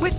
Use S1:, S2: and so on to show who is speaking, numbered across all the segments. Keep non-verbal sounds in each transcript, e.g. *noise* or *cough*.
S1: With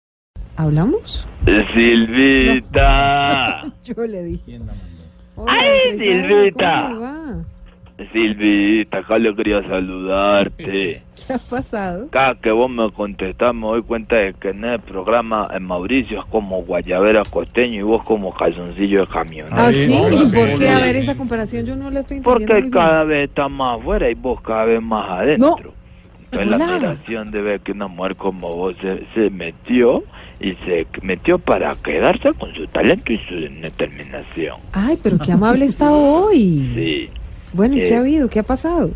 S2: ¿Hablamos?
S3: Silvita,
S2: Yo le dije. Hola,
S3: ¡Ay,
S2: Fresada,
S3: Silvita!
S2: ¿Cómo le va?
S3: Silvita, acá le quería
S2: ¿Qué
S3: saludarte.
S2: ha pasado?
S3: Cada que vos me contestás me doy cuenta de que en el programa en Mauricio es como guayabera costeño y vos como calzoncillo de camión.
S2: ¿Ah, sí?
S4: hola,
S2: ¿Y por
S4: hola.
S2: qué? A ver, esa comparación yo no la estoy entendiendo
S3: Porque
S2: muy bien.
S3: cada vez está más afuera y vos cada vez más adentro. Entonces la
S2: Hola.
S3: admiración de ver que una mujer como vos se, se metió y se metió para quedarse con su talento y su determinación.
S2: Ay, pero qué amable
S3: *laughs*
S2: está hoy.
S3: Sí.
S2: Bueno, ¿y qué
S3: Eh.
S2: ha habido? ¿Qué ha pasado?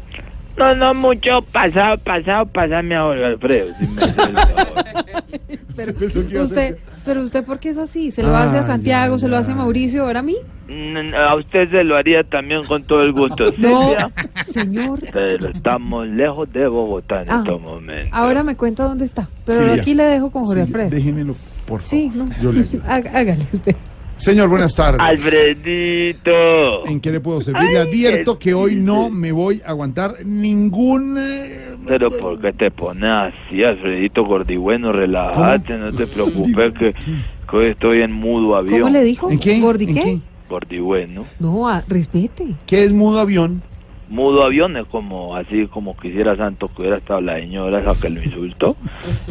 S3: No, no, mucho pasado, pasado, pasame ahora, Alfredo. si me haces el favor. *laughs*
S2: Pero
S4: pensó que iba a ser
S2: usted, pero usted ¿por qué es así? ¿Se lo hace a
S4: Ay,
S2: Santiago?
S4: ay,
S2: ¿Se lo hace a
S4: ay.
S2: Mauricio? ¿Ahora a mí?
S3: Mm, no, A usted se lo haría también con todo el gusto,
S2: No,
S3: Silvia.
S2: *laughs* señor.
S3: *laughs* Pero estamos lejos de Bogotá en
S2: Ah,
S3: estos momentos.
S2: Ahora me cuenta dónde está. Pero
S4: Silvia.
S2: aquí le dejo con Jorge
S4: Sí,
S2: Alfredo.
S4: déjemelo, por favor.
S2: Sí, no.
S4: Yo le ayudo.
S2: Há- Hágale usted.
S4: Señor, buenas tardes.
S3: Alfredito.
S4: ¿En qué le puedo servir? Le
S3: Ay,
S4: advierto que hoy no
S3: sí.
S4: me voy a aguantar ningún... eh,
S3: Pero ¿por qué te pones así, Alfredito Gordigüeno? Relájate, no te preocupes que, que hoy estoy en mudo avión.
S2: ¿Cómo le dijo?
S4: ¿En qué?
S2: ¿Gordi
S4: ¿En qué?
S3: Gordigüeno.
S2: No, ah, respete.
S4: ¿Qué es mudo avión?
S3: Mudo avión es como así como quisiera Santos que hubiera estado la señora esa que lo insultó.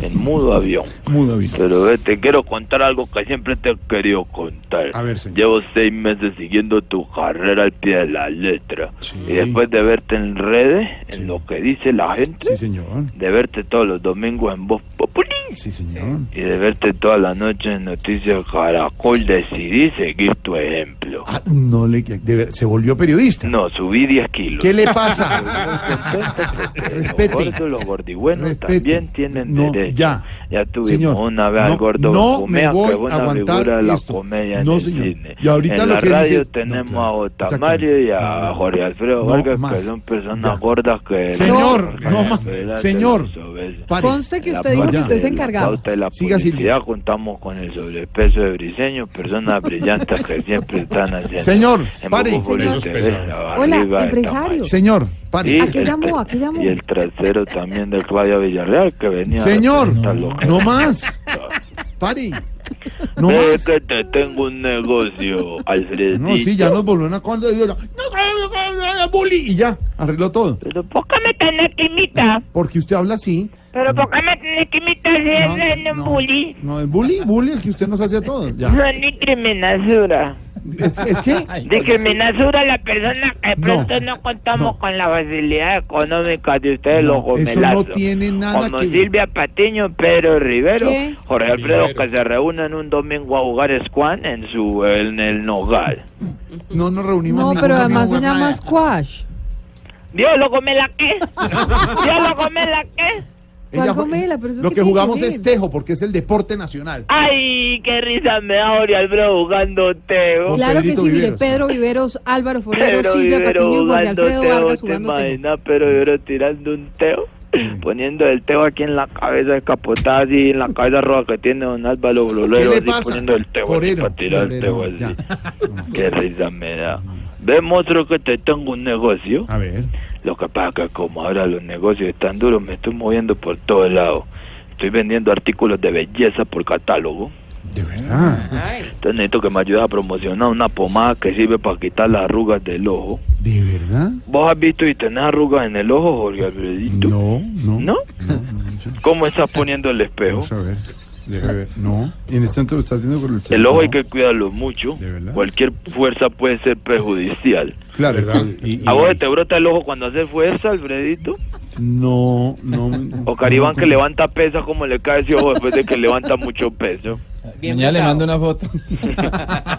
S3: En mudo avión.
S4: Mudo avión.
S3: Pero eh, te quiero contar algo que siempre te he querido contar.
S4: A ver, señor.
S3: Llevo seis meses siguiendo tu carrera al pie de la letra.
S4: Sí.
S3: Y después de verte en redes, en lo que dice la gente,
S4: Sí, señor.
S3: de verte todos los domingos en Voz Populi
S4: Sí, señor.
S3: y de verte toda la noche en Noticias Caracol, decidí seguir tu ejemplo.
S4: Ah, no le... de ver- se volvió periodista.
S3: No, subí 10 kilos.
S4: ¿Qué le pasa?
S3: *laughs* Respete.
S4: Respete.
S3: Los gordos, los gordigüenos
S4: Respete.
S3: también tienen
S4: No,
S3: derecho.
S4: ya.
S3: tuvimos
S4: Señor,
S3: una vez al
S4: no-
S3: gordo
S4: no
S3: Benjumea,
S4: me voy
S3: que fue una
S4: a aguantar
S3: figura de la
S4: esto.
S3: comedia en
S4: No,
S3: el
S4: señor.
S3: cine.
S4: Y ahorita
S3: en
S4: lo
S3: la
S4: que
S3: radio
S4: dices- no,
S3: tenemos
S4: claro,
S3: a Otamario
S4: exactamente.
S3: y a
S4: Claro.
S3: Jorge Alfredo
S4: No
S3: Vargas, que
S4: más.
S3: son personas
S4: Ya.
S3: gordas que...
S4: Señor,
S3: que
S4: no
S3: la
S4: más.
S3: verdad
S4: Señor,
S3: se las obedece.
S4: Pare.
S2: Conste que
S3: La
S2: usted dijo
S4: ya.
S2: que usted se
S3: de la
S2: encargaba.
S3: pauta de la
S4: Siga,
S3: publicidad,
S4: Silvia.
S3: contamos con el sobrepeso de Briseño, personas brillantes que siempre están haciendo.
S4: Señor,
S3: en
S4: pare.
S3: poco por
S2: Señor.
S3: el TV, la
S2: Hola,
S3: barriga, el
S2: empresario.
S4: Señor,
S3: Sí,
S4: pare.
S2: ¿A qué
S3: el
S2: llamó?
S3: tra-
S2: ¿A qué llamó?
S3: Y el trasero también de Claudia Villarreal que venía.
S4: Señor,
S3: a representar lo que-
S4: no más. Pare. No
S3: Ve
S4: más.
S3: que te tengo un negocio, Alfredito.
S4: No, sí, ya nos volvió una cosa y yo, no, bully, y ya, arregló todo.
S3: Pero ¿por qué me tenés que imitar?
S4: Porque usted habla así.
S3: ¿Pero por qué me tenés que imitar si
S4: No,
S3: es un
S4: no,
S3: bully?
S4: No, el bully, bully, el que usted nos hace a todos. Ya.
S3: No es discriminación.
S4: Es, es que,
S3: Discriminación a la persona que de
S4: No,
S3: pronto no contamos
S4: no.
S3: con la facilidad económica de ustedes,
S4: No,
S3: los
S4: eso
S3: gomelazos.
S4: no tiene nada
S3: Como
S4: que ver.
S3: Silvia Patiño, Pedro Rivero,
S2: ¿Qué?
S3: Jorge Alfredo, que se reúnen un domingo a jugar Squan en, su, en el Nogal.
S4: no nos reunimos.
S2: No,
S4: ninguno,
S2: pero además se
S4: ninguno.
S2: llama Squash.
S3: ¿Dios lo come la qué? ¿Dios lo come la qué?
S2: ¿Cuál
S4: Ella-
S2: gomela? Pero eso
S4: Lo
S2: qué
S4: que
S2: tiene
S4: jugamos
S2: ver.
S4: es tejo, porque es el deporte nacional.
S3: ¡Ay, qué risa me da Jorge Alfredo jugando Teo!
S4: Con
S2: Claro que
S4: Pedrito
S2: sí, mire,
S4: Viveros.
S2: Pedro Viveros, Álvaro Forero,
S3: Pedro
S2: Silvia
S3: Vivero
S2: Patiño y Jorge
S3: jugando
S2: Alfredo
S3: Teo,
S2: Vargas
S3: ¿te
S2: jugando tenis.
S3: imaginas? Pero Vivero tirando un Teo,
S4: Mm.
S3: poniendo el Teo aquí en la cabeza escapotada, así en la cabeza roja que tiene don Álvaro
S4: ¿Qué
S3: Brolero,
S4: le
S3: así
S4: pasa?
S3: poniendo el Teo así
S4: Forero.
S3: para tirar el Teo
S4: Forero,
S3: así.
S4: ya.
S3: ¡Qué risa me da! Ve, monstruo, que te tengo un negocio.
S4: A ver.
S3: Lo que pasa es que como ahora los negocios están duros, me estoy moviendo por todos lados. Estoy vendiendo artículos de belleza por catálogo.
S4: De verdad.
S3: Entonces necesito que me ayudes a promocionar una pomada que sirve para quitar las arrugas del ojo.
S4: ¿De verdad?
S3: ¿Vos has visto y tenés arrugas en el ojo, Jorge Alfredito?
S4: No, no.
S3: ¿No?
S4: No, no, no.
S3: ¿Cómo estás poniendo el espejo?
S4: Vamos a ver. Déjame ver. No. En este momento lo estás haciendo con el celular.
S3: El ojo hay que cuidarlo mucho.
S4: ¿De verdad?
S3: Cualquier fuerza puede ser perjudicial.
S4: Claro. Y, y-
S3: ¿A vos te brota el ojo cuando haces fuerza, Alfredito?
S4: No, no. pues,
S3: ¿O Caribán que levanta pesas como le cae ese ojo después de que levanta mucho peso?
S2: Bien
S5: Mañana le
S2: pegado.
S5: mando una foto.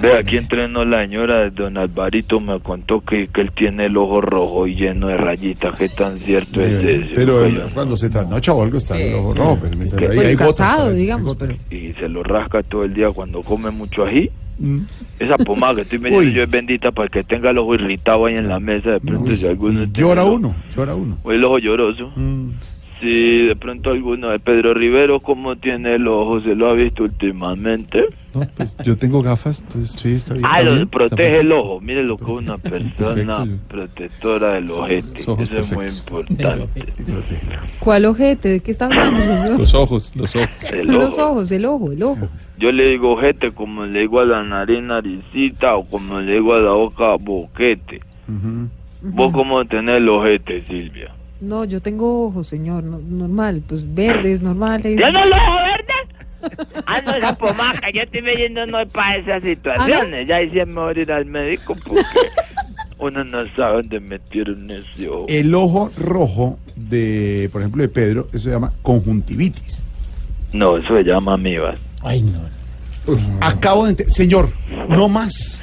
S3: Ve, aquí entrenó la señora, don Alvarito me contó que, que él tiene el ojo rojo y lleno de rayitas, ¿qué tan cierto es eso? pues,
S6: Pero
S3: Oiga,
S6: el- cuando se trasnocha o algo está el ojo rojo, pero mientras ahí
S2: Pues
S6: hay gotas.
S2: casado,
S6: para eso, hay
S2: digamos,
S6: gotas.
S2: pero...
S3: y se lo rasca todo el día cuando come mucho ají. Esa pomada que estoy metiendo
S6: Mm. Uy.
S3: yo es bendita para que tenga el ojo irritado ahí en la mesa. De pronto, si alguno
S6: Y
S3: tiene
S6: Llora
S3: el ojo-
S6: uno, llora uno. Mm.
S3: o el ojo lloroso. Si de pronto alguno de Pedro Rivero, ¿cómo tiene el ojo? ¿Se lo ha visto últimamente?
S5: No, pues yo tengo gafas, entonces
S6: Sí, está bien.
S3: Ah,
S5: está
S3: lo
S5: bien,
S3: protege
S5: está
S3: el ojo. Mire lo que es una persona
S5: Perfecto, yo.
S3: protectora del ojete. Eso
S5: ojos
S3: es muy importante.
S2: ¿Cuál ojete? ¿De qué está hablando, señor?
S5: los ojos, los ojos.
S3: Pues,
S2: *laughs*
S3: El
S2: Los
S3: ojo.
S2: ojos, el ojo, el ojo.
S3: Yo le digo ojete como le digo a la nariz naricita o como le digo a la boca boquete. ¿Vos cómo tenés el ojete, Silvia?
S2: No, yo tengo ojos, señor, no- normal, pues verdes, normales.
S3: ¿Tiene el ojo verde? Ah, no, esa pomada que yo estoy leyendo no es para esas situaciones. Ya hice mejor ir al médico porque uno no sabe dónde metieron ese
S5: Eh.
S3: ojo.
S6: El ojo rojo de, por ejemplo, de Pedro, eso se llama conjuntivitis.
S3: No, eso se llama amibas.
S4: Ay, no.
S6: Acabo de ente- Señor, no más.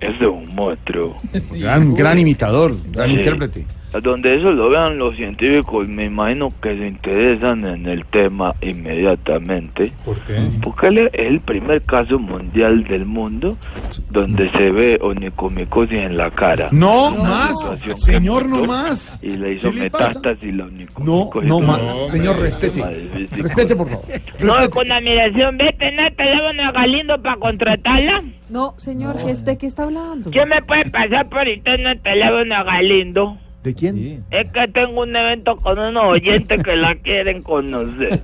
S3: Ese es un monstruo.
S6: Gran, gran imitador, gran
S3: Sí.
S6: intérprete.
S3: Donde eso lo vean los científicos, me imagino que se interesan en el tema inmediatamente.
S5: ¿Por qué?
S3: Porque él es el primer caso mundial del mundo donde se ve onicomicosis en la cara.
S6: No,
S2: No.
S6: más.
S3: Situación que
S6: Señor, no
S3: pasó
S6: más.
S3: Y le hizo
S6: ¿Qué le pasa?
S3: metástasis la
S6: No,
S3: onicomicosis.
S6: no
S3: Es
S6: más.
S3: un problema
S6: Señor, respete.
S3: difícil.
S6: Respete, por favor.
S3: No, con admiración, ve tener teléfono a Galindo para contratarla.
S2: No, señor, ¿qué es- ¿de qué está hablando?
S3: ¿Qué me puede pasar por internet teléfono a Galindo?
S6: ¿De quién?
S5: Sí.
S3: Es que tengo un evento con unos oyentes que la quieren conocer.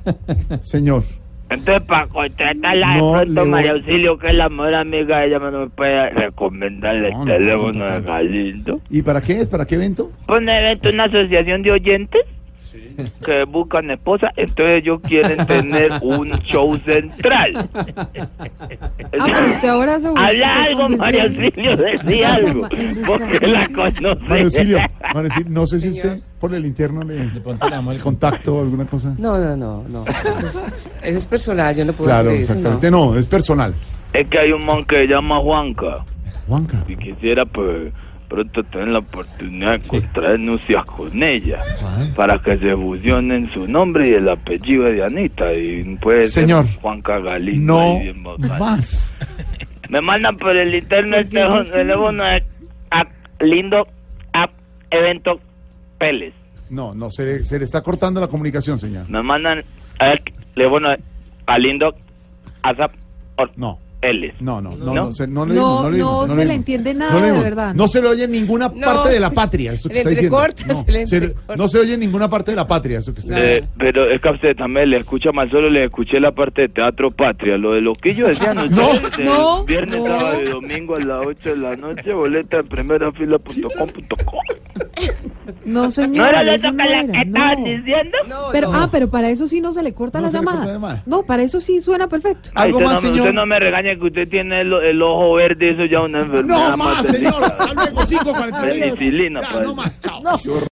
S6: Señor.
S3: Entonces, para contratarla,
S6: No,
S3: de pronto
S6: le
S3: María
S6: voy-
S3: Auxilio, que es la mejor amiga, ella me no me puede recomendar el
S6: No, no,
S3: teléfono de
S6: contratarla.
S3: Galindo.
S6: ¿Y para qué es? ¿Para qué evento?
S3: Pues un evento, una asociación de oyentes que buscan esposa, entonces ellos quieren tener un show central.
S2: Ah, pero usted ahora se
S3: Habla
S2: se
S3: algo,
S2: convirtió
S3: María
S2: en- *laughs*
S3: Auxilio, decía
S2: Gracias,
S3: algo,
S2: ma- gracias,
S3: porque la conoce. *laughs*
S6: Mario Silio, Mario Silio, no sé si usted por el interno
S5: De
S6: le ah,
S5: pronto le damos el
S6: el contacto o alguna cosa.
S7: No, no, no, no. Eso es, eso es personal, yo no puedo
S6: Claro,
S7: hacer eso, no.
S6: exactamente. No, es personal.
S3: Es que hay un man que se llama Juanca.
S6: Juanca.
S3: Si quisiera, pues, pronto tener la oportunidad de contraer nupcias con ella. Para que se fusionen su nombre y el apellido de Anita. Y puede ser
S6: Señor,
S3: Juanca Galindo.
S6: No
S3: ahí en Bogotá.
S6: más.
S3: Me mandan por el interno este el
S2: Porque
S3: tejo-
S2: es así.
S3: teléfono de a- lindo a evento Pérez.
S6: No, no, se le, se le está cortando la comunicación, señor.
S3: Me mandan el teléfono de a lindo a zap- or-
S6: No.
S3: Pérez.
S6: No, no, no,
S3: ¿No?
S6: no, se- no, le
S2: No,
S6: dimos, no, le dimos,
S2: no
S6: le
S2: se le
S6: dimos.
S2: entiende nada,
S6: No le
S2: de
S6: dimos.
S2: verdad.
S6: No se le oye en ninguna
S7: No,
S6: parte de la
S7: se-
S6: patria, eso que
S7: le
S6: está diciendo.
S7: entrecorta,
S6: No,
S7: se le
S6: se le-
S7: entrecorta.
S6: no se oye en ninguna parte de la patria, eso que está diciendo.
S3: Eh, pero es que a usted también le escucha mal, solo le escuché la parte de Teatro Patria, lo de loquillo decían ustedes el
S2: no,
S3: viernes,
S2: no.
S3: sábado y domingo a las 8 de la noche, boleta en primera fila punto com, punto com.
S2: No, señor.
S3: ¿No era
S2: eso
S3: eso que
S2: no
S3: la
S2: era,
S3: que estaban
S2: no.
S3: diciendo?
S7: No,
S2: Pero,
S7: no.
S2: ah, pero para eso sí no se le corta
S6: No
S2: la
S6: se le corta
S2: llamada.
S6: la llamada.
S2: No, para eso sí suena perfecto.
S3: Ay,
S6: ¿Algo
S3: usted
S6: más,
S3: no, me-
S6: señor?
S3: Usted no me regañe que usted tiene el, el ojo verde, eso ya es una enfermedad.
S6: No más,
S3: señor
S6: señor. Hasta luego, 5.42.
S3: Penicilina, pues.
S6: Ya,
S3: padre.
S6: No más, chao.